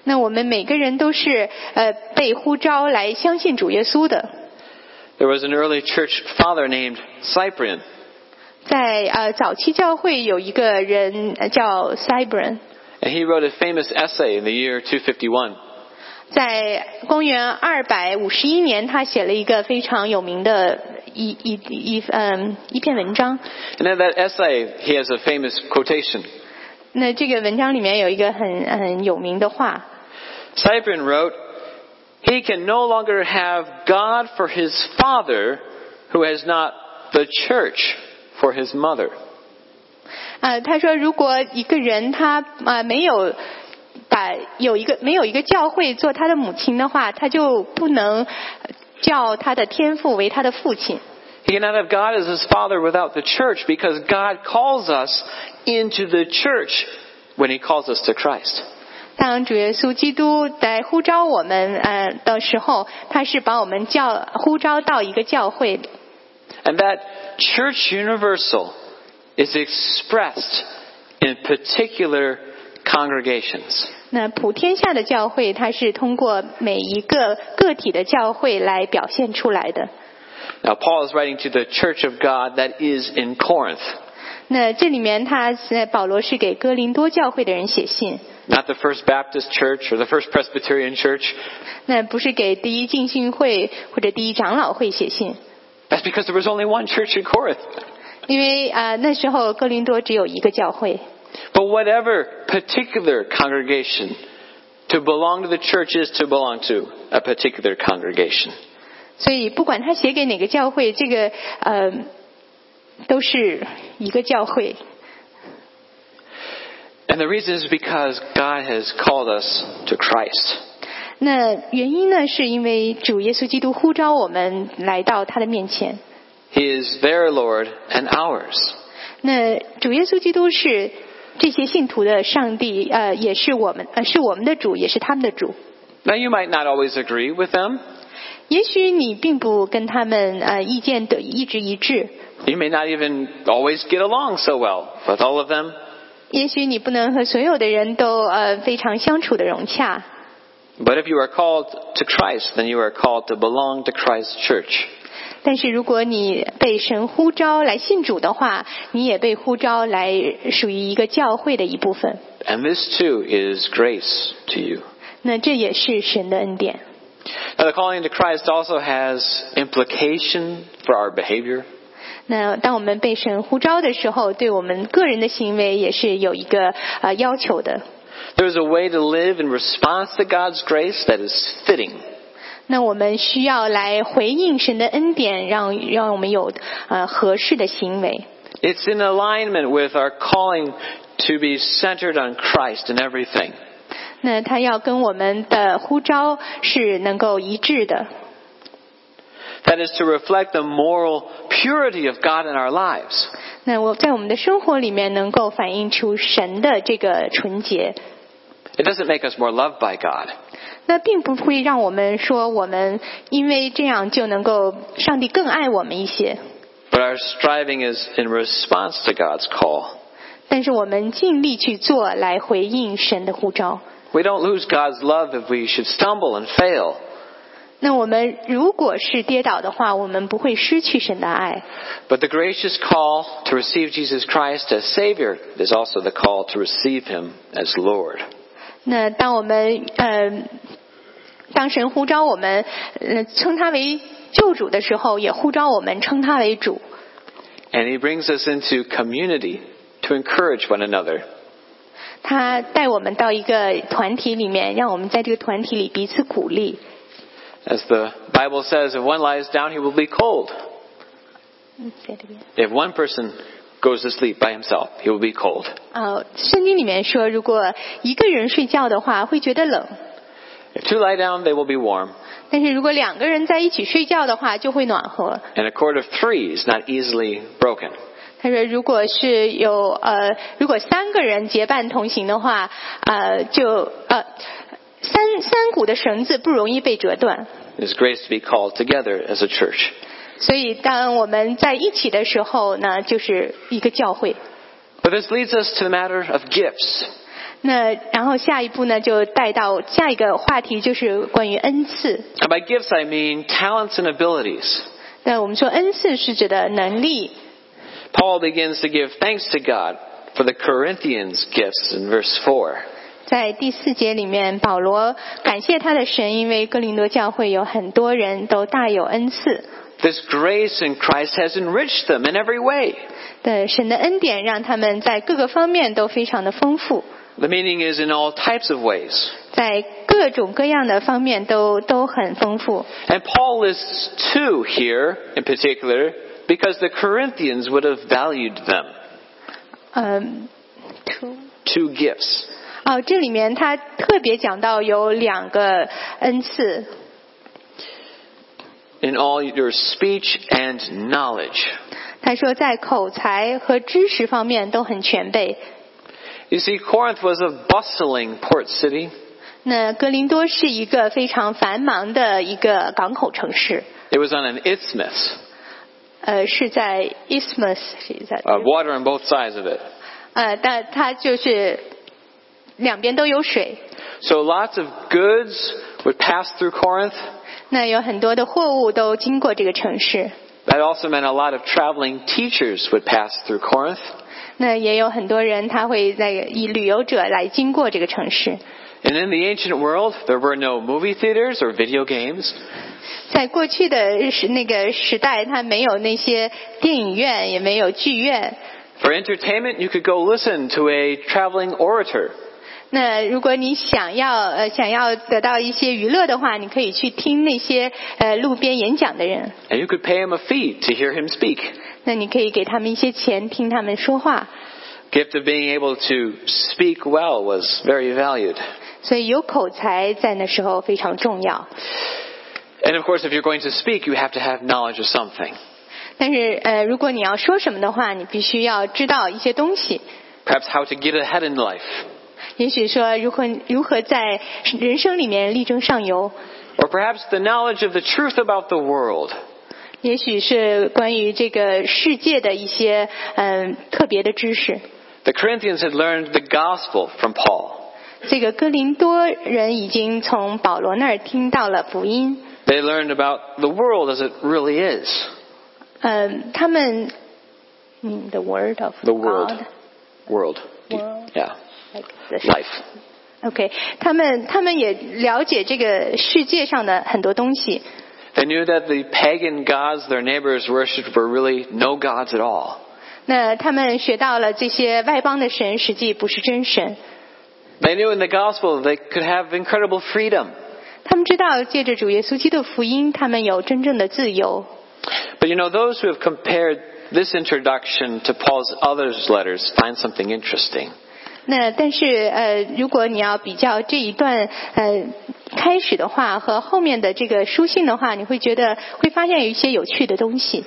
[SPEAKER 3] 那我们每个人都是呃被呼召来相信主耶稣的。
[SPEAKER 2] There was an early church father named Cyprian.
[SPEAKER 3] 在呃早期教会有一个人呃叫 Cybron，
[SPEAKER 2] And he wrote a famous essay in the year 251.
[SPEAKER 3] 在公元二百五十一年，他写了一个非常有名的一一一嗯一篇文章。
[SPEAKER 2] And in that essay, he has a famous quotation.
[SPEAKER 3] 那这个文章里面有一个很很有名的话，
[SPEAKER 2] Cyprian wrote, He can no longer have God for his father who has not the church for his mother.
[SPEAKER 3] 呃，他说如果一个人他呃没有把有一个没有一个教会做他的母亲的话，他就不能叫他的天父为他的父亲。
[SPEAKER 2] He cannot have God as his father without the church because God calls us into the church when he calls us to Christ.
[SPEAKER 3] 当主耶稣基督在呼召我们呃的时候，他是把我们叫呼召到一个教会，
[SPEAKER 2] And that church universal is expressed in particular congregations.
[SPEAKER 3] 那普天下的教会，它是通过每一个个体的教会来表现出来的。
[SPEAKER 2] Now, Paul is writing to the church of God that is in Corinth,
[SPEAKER 3] 那这里面他，呃保罗是给哥林多教会的人写信，
[SPEAKER 2] not the First Baptist Church or the First Presbyterian Church.
[SPEAKER 3] 那不是给第一浸信会或者第一长老会写信，
[SPEAKER 2] That's because there was only one church in Corinth.
[SPEAKER 3] 因为啊、呃那时候哥林多只有一个教会。
[SPEAKER 2] But whatever particular congregation to belong to the church is to belong to a particular congregation.
[SPEAKER 3] 所以不管他写给哪个教会，这个呃都是一个教会。
[SPEAKER 2] And the reason is because God has called us to Christ.
[SPEAKER 3] 那原因呢，是因为主耶稣基督呼召我们来到他的面前。
[SPEAKER 2] He is their Lord and ours.
[SPEAKER 3] 那主耶稣基督是这些信徒的上帝，呃，也是我们，呃，是我们的主，也是他们的主。
[SPEAKER 2] Now you might not always agree with them.
[SPEAKER 3] 也许你并不跟他们呃意见的一直一致，
[SPEAKER 2] You may not even always get along so well with all of them.
[SPEAKER 3] 也许你不能和所有的人都呃非常相处的融洽。
[SPEAKER 2] But if you are called to Christ, then you are called to belong to Christ's church.
[SPEAKER 3] 但是如果你被神呼召来信主的话，你也被呼召来属于一个教会的一部分。
[SPEAKER 2] And this too is grace to you.
[SPEAKER 3] 那这也是神的恩典。
[SPEAKER 2] Now the calling to Christ also has implication for our behavior.
[SPEAKER 3] 那当我们被神呼召的时候，对我们个人的行为也是有一个呃要求的。
[SPEAKER 2] There is a way to live in response to God's grace that is fitting.
[SPEAKER 3] 那我们需要来回应神的恩典，让让我们有呃合适的行为。
[SPEAKER 2] It's in alignment with our calling to be centered on Christ in everything.
[SPEAKER 3] 那他要跟我们的呼召是能够一致的，
[SPEAKER 2] That is to reflect the moral purity of God in our lives.
[SPEAKER 3] 那我在我们的生活里面能够反映出神的这个纯洁，
[SPEAKER 2] It doesn't make us more loved by God.
[SPEAKER 3] 那并不会让我们说我们因为这样就能够上帝更爱我们一些，
[SPEAKER 2] But our striving is in response to God's call.
[SPEAKER 3] 但是我们尽力去做来回应神的呼召。
[SPEAKER 2] We don't lose God's love if we should stumble and fail.
[SPEAKER 3] 那我们如果是跌倒的话，我们不会失去神的爱。
[SPEAKER 2] But the gracious call to receive Jesus Christ as Savior is also the call to receive Him as Lord.
[SPEAKER 3] 那当我们呃，当神呼召我们呃称他为救主的时候，也呼召我们称他为主。
[SPEAKER 2] And He brings us into community to encourage one another.
[SPEAKER 3] 他带我们到一个团体里面，让我们在这个团体里彼此鼓励。
[SPEAKER 2] As the Bible says, if one lies down, he will be cold.
[SPEAKER 3] 嗯，在这边。
[SPEAKER 2] If one person goes to sleep by himself, he will be cold.
[SPEAKER 3] 呃，圣经里面说，如果一个人睡觉的话，会觉得冷；
[SPEAKER 2] If two lie down, they will be warm.
[SPEAKER 3] 但是如果两个人在一起睡觉的话，就会暖和。
[SPEAKER 2] And a cord of three is not easily broken.
[SPEAKER 3] 他说，如果是有呃，如果三个人结伴同行的话，呃，就呃，三三股的绳子不容易被折断。
[SPEAKER 2] It is grace to be called together as a church.
[SPEAKER 3] 所以，当我们在一起的时候呢，就是一个教会。
[SPEAKER 2] But this leads us to the matter of gifts.
[SPEAKER 3] 那然后下一步呢，就带到下一个话题，就是关于恩赐。
[SPEAKER 2] And by gifts, I mean talents and abilities.
[SPEAKER 3] 那我们说恩赐是指的能力。
[SPEAKER 2] Paul begins to give thanks to God for the Corinthians' gifts in verse 4.
[SPEAKER 3] 在第四节里面，保罗感谢他的神，因为哥林多教会有很多人都大有恩赐。
[SPEAKER 2] This grace in Christ has enriched them in every way.
[SPEAKER 3] 对神的恩典，让他们在各个方面都非常的丰富，
[SPEAKER 2] The meaning is in all types of ways.
[SPEAKER 3] 在各种各样的方面都都很丰富。
[SPEAKER 2] And Paul lists two here in particular because the Corinthians would have valued them.
[SPEAKER 3] 嗯，two
[SPEAKER 2] Two gifts.
[SPEAKER 3] 哦，这里面他特别讲到有两个恩赐，
[SPEAKER 2] In all your speech and knowledge.
[SPEAKER 3] 他说在口才和知识方面都很全备。
[SPEAKER 2] You see, Corinth was a bustling port city.
[SPEAKER 3] 那哥林多是一个非常繁忙的一个港口城市，
[SPEAKER 2] It was on an isthmus,
[SPEAKER 3] 呃，是在 isthmus，是在
[SPEAKER 2] 啊
[SPEAKER 3] 呃
[SPEAKER 2] uh, water on both sides of it.
[SPEAKER 3] 呃，但它就是两边都有水。
[SPEAKER 2] So lots of goods would pass through Corinth.
[SPEAKER 3] 那有很多的货物都经过这个城市，
[SPEAKER 2] That also meant a lot of traveling teachers would pass through Corinth.
[SPEAKER 3] 那也有很多人他会在以旅游者来经过这个城市。
[SPEAKER 2] And in the ancient world, there were no movie theaters or video games.
[SPEAKER 3] 在过去的时那个时代，它没有那些电影院，也没有剧院。
[SPEAKER 2] For entertainment, you could go listen to a traveling orator.
[SPEAKER 3] 那如果你想要呃想要得到一些娱乐的话，你可以去听那些呃路边演讲的人。
[SPEAKER 2] And you could pay him a fee to hear him speak.
[SPEAKER 3] 那你可以给他们一些钱，听他们说话。
[SPEAKER 2] Gift of being able to speak well was very valued.
[SPEAKER 3] 所以有口才在那时候非常重要。
[SPEAKER 2] And of course, if you're going to speak, you have to have knowledge of something.
[SPEAKER 3] 但是呃，如果你要说什么的话，你必须要知道一些东西。
[SPEAKER 2] Perhaps how to get ahead in life.
[SPEAKER 3] 也许说如何如何在人生里面力争上游，
[SPEAKER 2] Or perhaps the knowledge of the truth about the world.
[SPEAKER 3] 也许是关于这个世界的一些嗯特别的知识。
[SPEAKER 2] The Corinthians had learned the gospel from Paul.
[SPEAKER 3] 这个哥林多人已经从保罗那儿听到了福音，
[SPEAKER 2] They learned about the world as it really is.
[SPEAKER 3] 嗯，他们嗯，the word of
[SPEAKER 2] The world.
[SPEAKER 3] God,
[SPEAKER 2] World.
[SPEAKER 3] World.
[SPEAKER 2] Yeah.
[SPEAKER 3] like the-
[SPEAKER 2] Life.
[SPEAKER 3] OK，他们他们也了解这个世界上的很多东西，
[SPEAKER 2] They knew that the pagan gods their neighbors worshipped were really no gods at all.
[SPEAKER 3] 那他们学到了这些外邦的神实际不是真神，
[SPEAKER 2] They knew in the gospel they could have incredible freedom.
[SPEAKER 3] 他们知道借着主耶稣基督的福音，他们有真正的自由。
[SPEAKER 2] But you know, those who have compared this introduction to Paul's other letters find something interesting.
[SPEAKER 3] 那但是呃，如果你要比较这一段呃开始的话和后面的这个书信的话，你会觉得会发现有一些有趣的东西。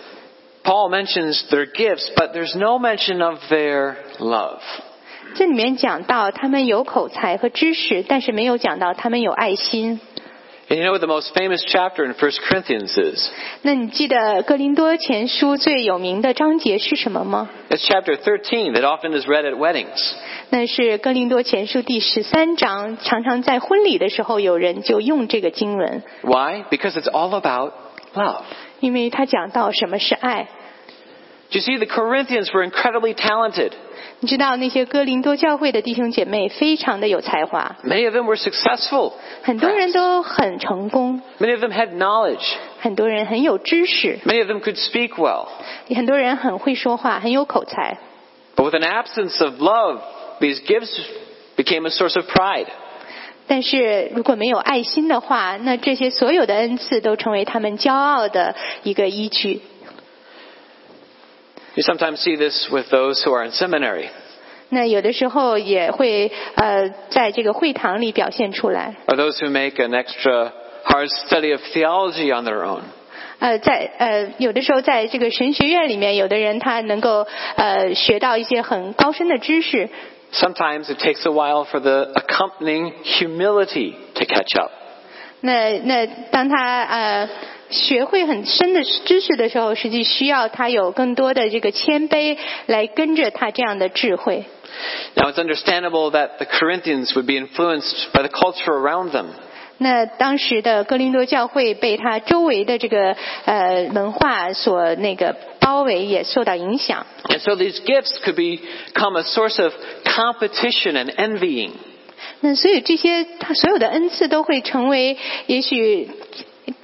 [SPEAKER 2] Paul mentions their gifts, but there's no mention of their love.
[SPEAKER 3] 这里面讲到他们有口才和知识，但是没有讲到他们有爱心。
[SPEAKER 2] And you know what the most famous chapter in 1 Corinthians is?
[SPEAKER 3] 那你记得哥林多前书最有名的章节是什么吗？
[SPEAKER 2] It's chapter 13 that often is read at weddings.
[SPEAKER 3] 那是哥林多前书第十三章，常常在婚礼的时候有人就用这个经文，
[SPEAKER 2] Why? Because it's all about love.
[SPEAKER 3] 因为他讲到什么是爱。
[SPEAKER 2] Do you see, the Corinthians were incredibly talented.
[SPEAKER 3] 你知道那些哥林多教会的弟兄姐妹非常的有才华，
[SPEAKER 2] Many of them were successful.
[SPEAKER 3] 很多人都很成功，
[SPEAKER 2] Many of them had knowledge.
[SPEAKER 3] 很多人很有知识，
[SPEAKER 2] Many of them could speak well.
[SPEAKER 3] 很多人很会说话，很有口才。
[SPEAKER 2] But with an absence of love, these gifts became a source of pride.
[SPEAKER 3] 但是如果没有爱心的话，那这些所有的恩赐都成为他们骄傲的一个依据。
[SPEAKER 2] You sometimes see this with those who are in seminary
[SPEAKER 3] 那有的时候也会呃，在这个会堂里表现出来。
[SPEAKER 2] or those who make an extra hard study of theology on their own.
[SPEAKER 3] 呃，在呃，有的时候在这个神学院里面，有的人他能够呃学到一些很高深的知识，
[SPEAKER 2] Sometimes it takes a while for the accompanying humility to catch up.
[SPEAKER 3] 那那当他呃学会很深的知识的时候，实际需要他有更多的这个谦卑来跟着他这样的智慧。
[SPEAKER 2] Now it's understandable that the Corinthians would be influenced by the culture around them.
[SPEAKER 3] 那当时的哥林多教会被他周围的这个呃文化所那个包围，也受到影响。
[SPEAKER 2] And so these gifts could become a source of competition and envying.
[SPEAKER 3] 那所以这些他所有的恩赐都会成为，也许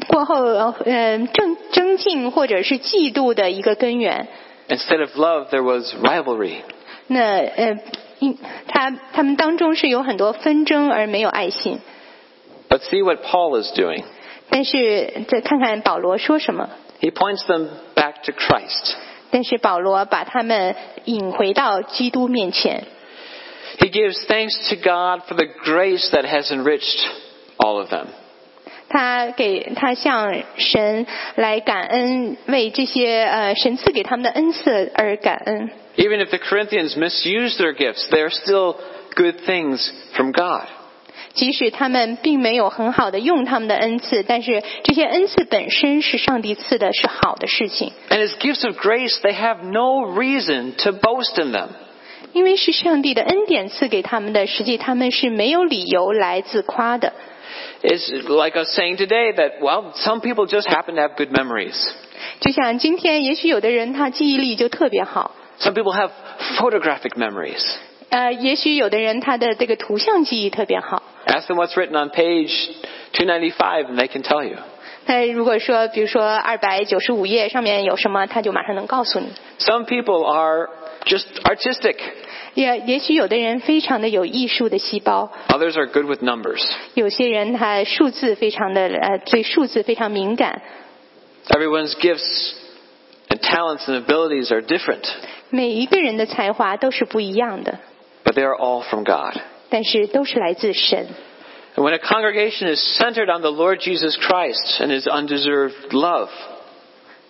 [SPEAKER 3] 过后呃争争竞或者是嫉妒的一个根源。
[SPEAKER 2] Instead of love, there was rivalry.
[SPEAKER 3] 那呃，因他他们当中是有很多纷争而没有爱心。
[SPEAKER 2] But see what Paul is doing.
[SPEAKER 3] 但是再看看保罗说什么。
[SPEAKER 2] He points them back to Christ.
[SPEAKER 3] 但是保罗把他们引回到基督面前，
[SPEAKER 2] He gives thanks to God for the grace that has enriched all of them.
[SPEAKER 3] 他给他向神来感恩，为这些呃神赐给他们的恩赐而感恩。
[SPEAKER 2] Even if the Corinthians misused their gifts, they are still good things from God.
[SPEAKER 3] 即使他们并没有很好的用他们的恩赐，但是这些恩赐本身是上帝赐的，是好的事情。
[SPEAKER 2] And as gifts of grace, they have no reason to boast in them.
[SPEAKER 3] 因为是上帝的恩典赐给他们的，实际他们是没有理由来自夸的。
[SPEAKER 2] It's like us saying today that, well, some people just happen to have good memories.
[SPEAKER 3] 就像今天，也许有的人他记忆力就特别好，
[SPEAKER 2] Some people have photographic memories.
[SPEAKER 3] 呃，也许有的人他的这个图像记忆特别好。
[SPEAKER 2] Ask them what's written on page 295 and they can tell you.
[SPEAKER 3] 那如果说，比如说二百九十五页上面有什么，他就马上能告诉你。
[SPEAKER 2] Some people are just artistic.
[SPEAKER 3] 也也许有的人非常的有艺术的细胞，
[SPEAKER 2] Others are good with numbers.
[SPEAKER 3] 有些人他数字非常的呃对数字非常敏感，
[SPEAKER 2] Everyone's gifts and talents and abilities are different,
[SPEAKER 3] 每一个人的才华都是不一样的，
[SPEAKER 2] but they are all from God.
[SPEAKER 3] 但是都是来自神。
[SPEAKER 2] And when a congregation is centered on the Lord Jesus Christ and his undeserved love,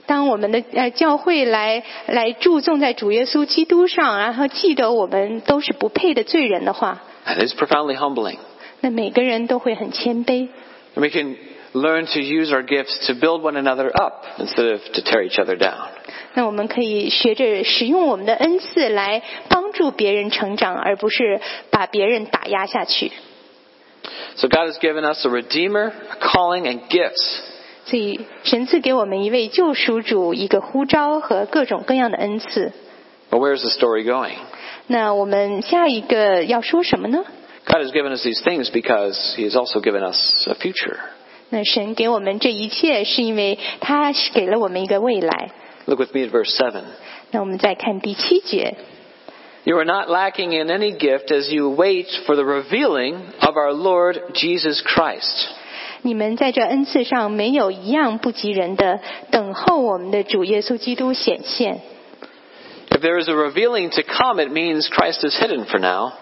[SPEAKER 3] 当我们的呃教会来来注重在主耶稣基督上，然后记得我们都是不配的罪人的话，
[SPEAKER 2] that is profoundly humbling.
[SPEAKER 3] 那每个人都会很谦卑，
[SPEAKER 2] And we can learn to use our gifts to build one another up instead of to tear each other down.
[SPEAKER 3] 那我们可以学着使用我们的恩赐来帮助别人成长，而不是把别人打压下去。
[SPEAKER 2] So God has given us a redeemer, a calling, and gifts.
[SPEAKER 3] 所以，神赐给我们一位救赎主，一个呼召和各种各样的恩赐。
[SPEAKER 2] But where's the story going?
[SPEAKER 3] 那我们下一个要说什么呢？
[SPEAKER 2] God has given us these things because He has also given us a future.
[SPEAKER 3] 那神给我们这一切，是因为他是给了我们一个未来。
[SPEAKER 2] Look with me at verse 7.
[SPEAKER 3] 那我们再看第七节，
[SPEAKER 2] You are not lacking in any gift as you wait for the revealing of our Lord Jesus Christ.
[SPEAKER 3] 你们在这恩赐上没有一样不及人的，等候我们的主耶稣基督显现。
[SPEAKER 2] If there is a revealing to come, it means Christ is hidden for now.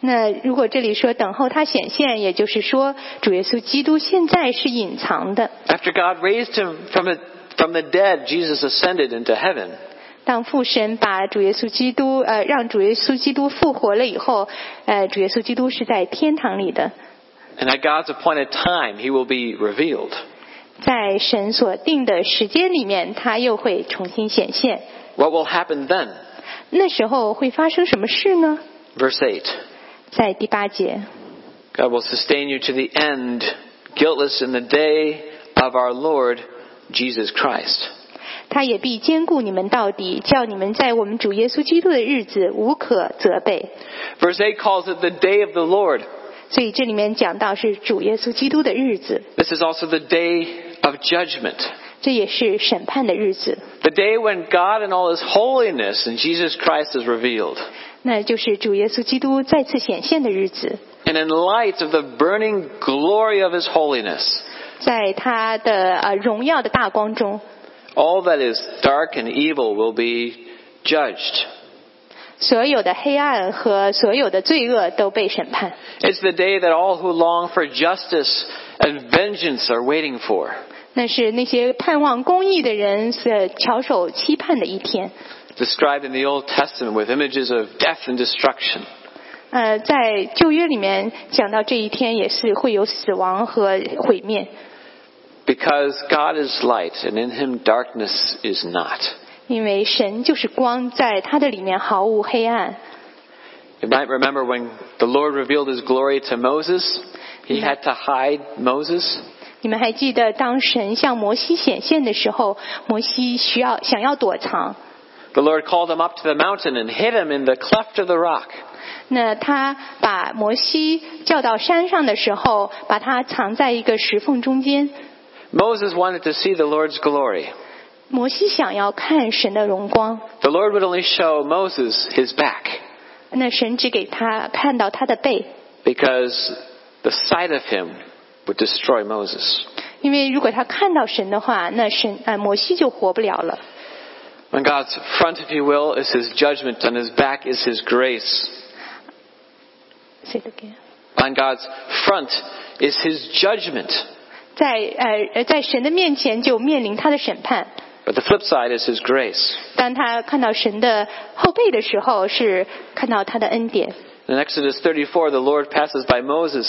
[SPEAKER 3] 那如果这里说等候他显现，也就是说主耶稣基督现在是隐藏的。
[SPEAKER 2] After God raised him from, it, from the dead, Jesus ascended into heaven.
[SPEAKER 3] 当父神把主耶稣基督呃让主耶稣基督复活了以后，呃主耶稣基督是在天堂里的，
[SPEAKER 2] And at God's appointed time, he will be revealed.
[SPEAKER 3] 在神所定的时间里面，他又会重新显现。
[SPEAKER 2] What will happen then?
[SPEAKER 3] 那时候会发生什么事呢？
[SPEAKER 2] Verse 8
[SPEAKER 3] 在第八节，
[SPEAKER 2] God will sustain you to the end, guiltless in the day of our Lord Jesus Christ.
[SPEAKER 3] 他也必兼顾你们到底，叫你们在我们主耶稣基督的日子无可责备。
[SPEAKER 2] Verse 8 calls it the day of the Lord.
[SPEAKER 3] 所以这里面讲到是主耶稣基督的日子，
[SPEAKER 2] This is also the day of judgment.
[SPEAKER 3] 这也是审判的日子，
[SPEAKER 2] The day when God in all his holiness and Jesus Christ is revealed.
[SPEAKER 3] 那就是主耶稣基督再次显现的日子。
[SPEAKER 2] And in light of the burning glory of his holiness,
[SPEAKER 3] 在他的呃荣耀的大光中，
[SPEAKER 2] all that is dark and evil will be judged.
[SPEAKER 3] 所有的黑暗和所有的罪恶都被审判。
[SPEAKER 2] It's the day that all who long for justice and vengeance are waiting for.
[SPEAKER 3] 那是那些盼望公义的人呃翘首期盼的一天。
[SPEAKER 2] described in the Old Testament with images of death and destruction.
[SPEAKER 3] 呃，在旧约里面讲到这一天也是会有死亡和毁灭，
[SPEAKER 2] Because God is light, and in him darkness is not.
[SPEAKER 3] 因为神就是光，在他的里面毫无黑暗。
[SPEAKER 2] You might remember when the Lord revealed his glory to Moses, he
[SPEAKER 3] Yeah.
[SPEAKER 2] had to hide Moses.
[SPEAKER 3] 你们还记得当神向摩西显现的时候，摩西需要想要躲藏，
[SPEAKER 2] The Lord called him up to the mountain and hid him in the cleft of the rock.
[SPEAKER 3] 那他把摩西叫到山上的时候，把他藏在一个石缝中间。
[SPEAKER 2] Moses wanted to see the Lord's glory.
[SPEAKER 3] 摩西想要看神的荣光，
[SPEAKER 2] The Lord would only show Moses his back
[SPEAKER 3] 那神只给他看到他的背，
[SPEAKER 2] because the sight of him would destroy Moses.
[SPEAKER 3] 因为如果他看到神的话，那神呃摩西就活不了了。
[SPEAKER 2] On God's front, if you will, is his judgment. On his back is his grace.
[SPEAKER 3] Say it again.
[SPEAKER 2] On God's front is his judgment.
[SPEAKER 3] 在呃呃在神的面前就面临他的审判。
[SPEAKER 2] But the flip side is his grace.
[SPEAKER 3] 当他看到神的后背的时候，是看到他的恩典。
[SPEAKER 2] In Exodus 34, the Lord passes by Moses.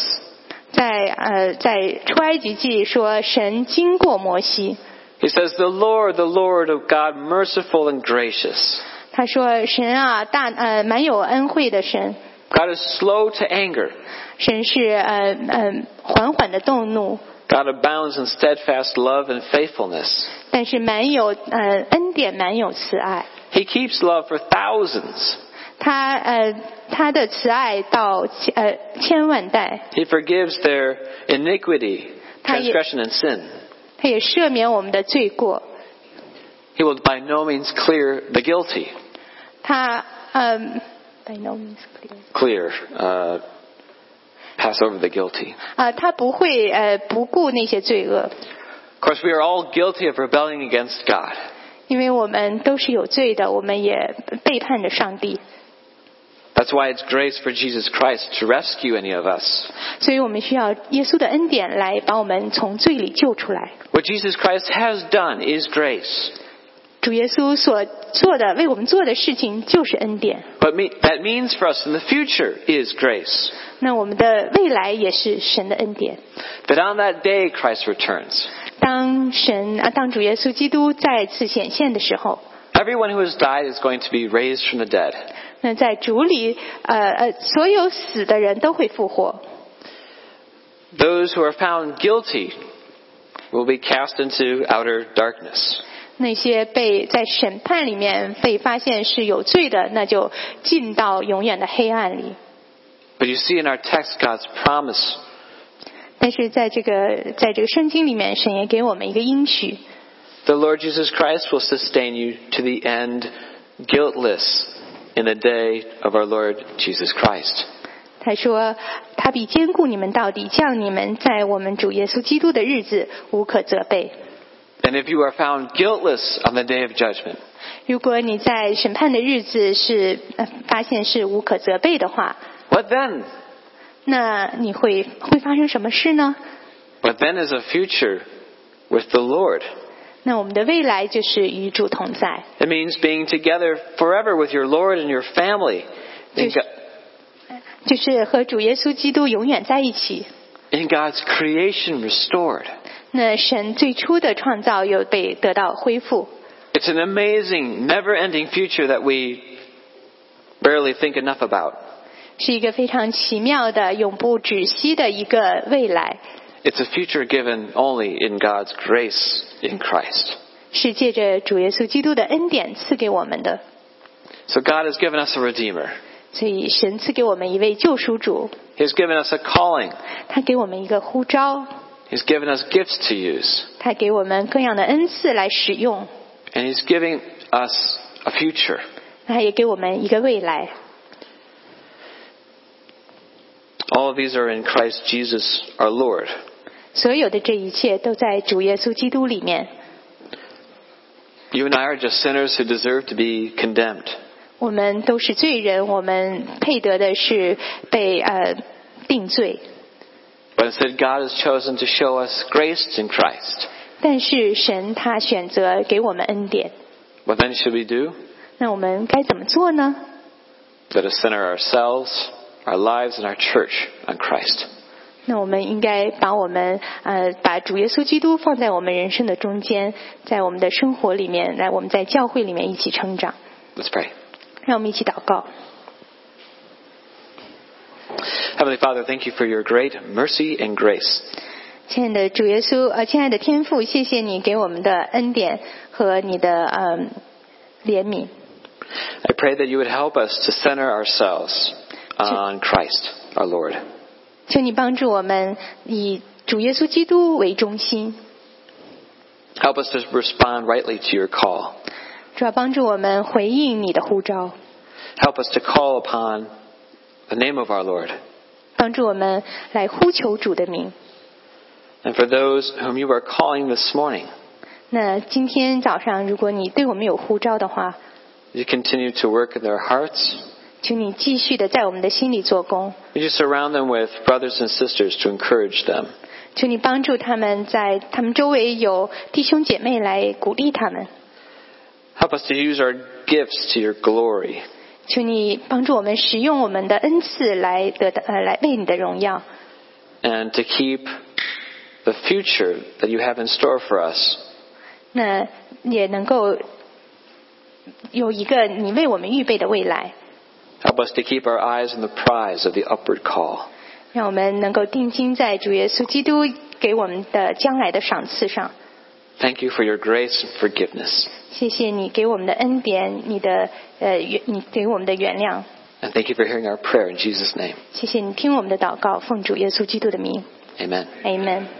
[SPEAKER 3] 在呃在出埃及记说，神经过摩西，
[SPEAKER 2] He says, The Lord, the Lord of God, merciful and gracious,
[SPEAKER 3] 他他说：“神啊，大呃蛮有恩惠的神，
[SPEAKER 2] God is slow to anger.
[SPEAKER 3] 神是呃呃缓缓的动怒，
[SPEAKER 2] God abounds in steadfast love and faithfulness.
[SPEAKER 3] 但是蛮有呃恩典，蛮有慈爱。
[SPEAKER 2] He keeps love for thousands.
[SPEAKER 3] 他呃他的慈爱到呃千万代，
[SPEAKER 2] He forgives their iniquity,
[SPEAKER 3] Ta-
[SPEAKER 2] transgression, and sin.
[SPEAKER 3] 他也赦免我们的罪过。
[SPEAKER 2] He will by no means clear the guilty.
[SPEAKER 3] 他嗯、by no means
[SPEAKER 2] Clear.
[SPEAKER 3] clear.
[SPEAKER 2] Uh, pass over the guilty.
[SPEAKER 3] 啊，他不会呃不顾那些罪恶，
[SPEAKER 2] Of course, we are all guilty of rebelling against God.
[SPEAKER 3] 因为我们都是有罪的，我们也背叛着上帝，
[SPEAKER 2] That's why it's grace for Jesus Christ to rescue any of us.
[SPEAKER 3] 所以我们需要耶稣的恩典来把我们从罪里救出来。
[SPEAKER 2] What Jesus Christ has done is grace.
[SPEAKER 3] 主耶稣所做的为我们做的事情就是恩典，
[SPEAKER 2] But me, that means for us in the future is grace.
[SPEAKER 3] 那我们的未来也是神的恩典。
[SPEAKER 2] That on that day Christ returns.
[SPEAKER 3] 当神啊，当主耶稣基督再次显现的时候，
[SPEAKER 2] Everyone who has died is going to be raised from the dead.
[SPEAKER 3] 那在主里，呃呃，所有死的人都会复活，
[SPEAKER 2] Those who are found guilty will be cast into outer darkness.
[SPEAKER 3] 那些被在审判里面被发现是有罪的，那就进到永远的黑暗里。
[SPEAKER 2] But you see in our text God's promise
[SPEAKER 3] 但是在这个在这个圣经里面，神也给我们一个应许，
[SPEAKER 2] The Lord Jesus Christ will sustain you to the end, guiltless, in the day of our Lord Jesus Christ.
[SPEAKER 3] 他说：“他必兼顾你们到底，叫你们在我们主耶稣基督的日子无可责备。
[SPEAKER 2] And if you are found guiltless on the day of judgment,
[SPEAKER 3] 如果你在审判的日子是呃发现是无可责备的话，
[SPEAKER 2] what then?
[SPEAKER 3] 那你会会发生什么事呢？
[SPEAKER 2] What then is a future with the Lord?
[SPEAKER 3] 那我们的未来就是与主同在，
[SPEAKER 2] It means being together forever with your Lord and your family in,
[SPEAKER 3] Yes.
[SPEAKER 2] Go-
[SPEAKER 3] 就是和主耶稣基督永远在一起。
[SPEAKER 2] in God's creation restored.
[SPEAKER 3] 那神最初的创造又被得到恢复，
[SPEAKER 2] It's an amazing, never-ending future that we barely think enough about.
[SPEAKER 3] 是一个非常奇妙的、永不止息的一个未来，
[SPEAKER 2] It's a future given only in God's grace in Christ.
[SPEAKER 3] 是借着主耶稣基督的恩典赐给我们的。
[SPEAKER 2] So God has given us a Redeemer.
[SPEAKER 3] 所以神赐给我们一位救赎主，
[SPEAKER 2] He's given us a calling.
[SPEAKER 3] 他给我们一个呼召，
[SPEAKER 2] He's given us gifts to use.
[SPEAKER 3] 他给我们各样的恩赐来使用，
[SPEAKER 2] And He's giving us a future.
[SPEAKER 3] 他也给我们一个未来。
[SPEAKER 2] All of these are in Christ Jesus our Lord.
[SPEAKER 3] 所有的这一切都在主耶稣基督里面。
[SPEAKER 2] You and I are just sinners who deserve to be condemned.
[SPEAKER 3] 我们都是罪人，我们配得的是被呃定罪，
[SPEAKER 2] But instead, God has chosen to show us grace in Christ.
[SPEAKER 3] 但是神他选择给我们恩典。
[SPEAKER 2] What then should we do?
[SPEAKER 3] 那我们该怎么做呢？
[SPEAKER 2] Let us center ourselves, our lives, and our church on Christ.
[SPEAKER 3] 那我们应该把我们呃把主耶稣基督放在我们人生的中间，在我们的生活里面，来我们在教会里面一起成长。
[SPEAKER 2] Let's pray.
[SPEAKER 3] 让我们一起祷告，
[SPEAKER 2] Heavenly Father, thank you for your great mercy and grace.
[SPEAKER 3] 亲爱的主耶稣，呃，亲爱的天父，谢谢你给我们的恩典和你的嗯、怜悯。
[SPEAKER 2] I pray that you would help us to center ourselves on Christ, our Lord.
[SPEAKER 3] 求你帮助我们以主耶稣基督为中心，
[SPEAKER 2] Help us to respond rightly to your call.
[SPEAKER 3] 主要帮助我们回应你的呼召，
[SPEAKER 2] Help us to call upon the name of our Lord.
[SPEAKER 3] 帮助我们来呼求主的名。
[SPEAKER 2] And for those whom you are calling this morning,
[SPEAKER 3] 那今天早上，如果你对我们有呼召的话，
[SPEAKER 2] you continue to work in their hearts.
[SPEAKER 3] 请你继续的在我们的心里做工，
[SPEAKER 2] Would you surround them with brothers and sisters to encourage them?
[SPEAKER 3] 求你帮助他们在他们周围有弟兄姐妹来鼓励他们，
[SPEAKER 2] Help us to use our gifts to your glory.
[SPEAKER 3] 求你帮助我们使用我们的恩赐来得到呃来为你的荣耀，
[SPEAKER 2] and to keep the future that you have in store for us
[SPEAKER 3] 那也能够有一个你为我们预备的未来，
[SPEAKER 2] Help us to keep our eyes on the prize of the upward call.
[SPEAKER 3] 让我们能够定睛在主耶稣基督给我们的将来的赏赐上。
[SPEAKER 2] Thank you for your grace and forgiveness.
[SPEAKER 3] 谢谢你给我们的恩典，你的呃原你给我们的原谅，
[SPEAKER 2] And thank you for hearing our prayer in Jesus' name.
[SPEAKER 3] 谢谢你听我们的祷告，奉主耶稣基督的名
[SPEAKER 2] Amen.
[SPEAKER 3] ，Amen。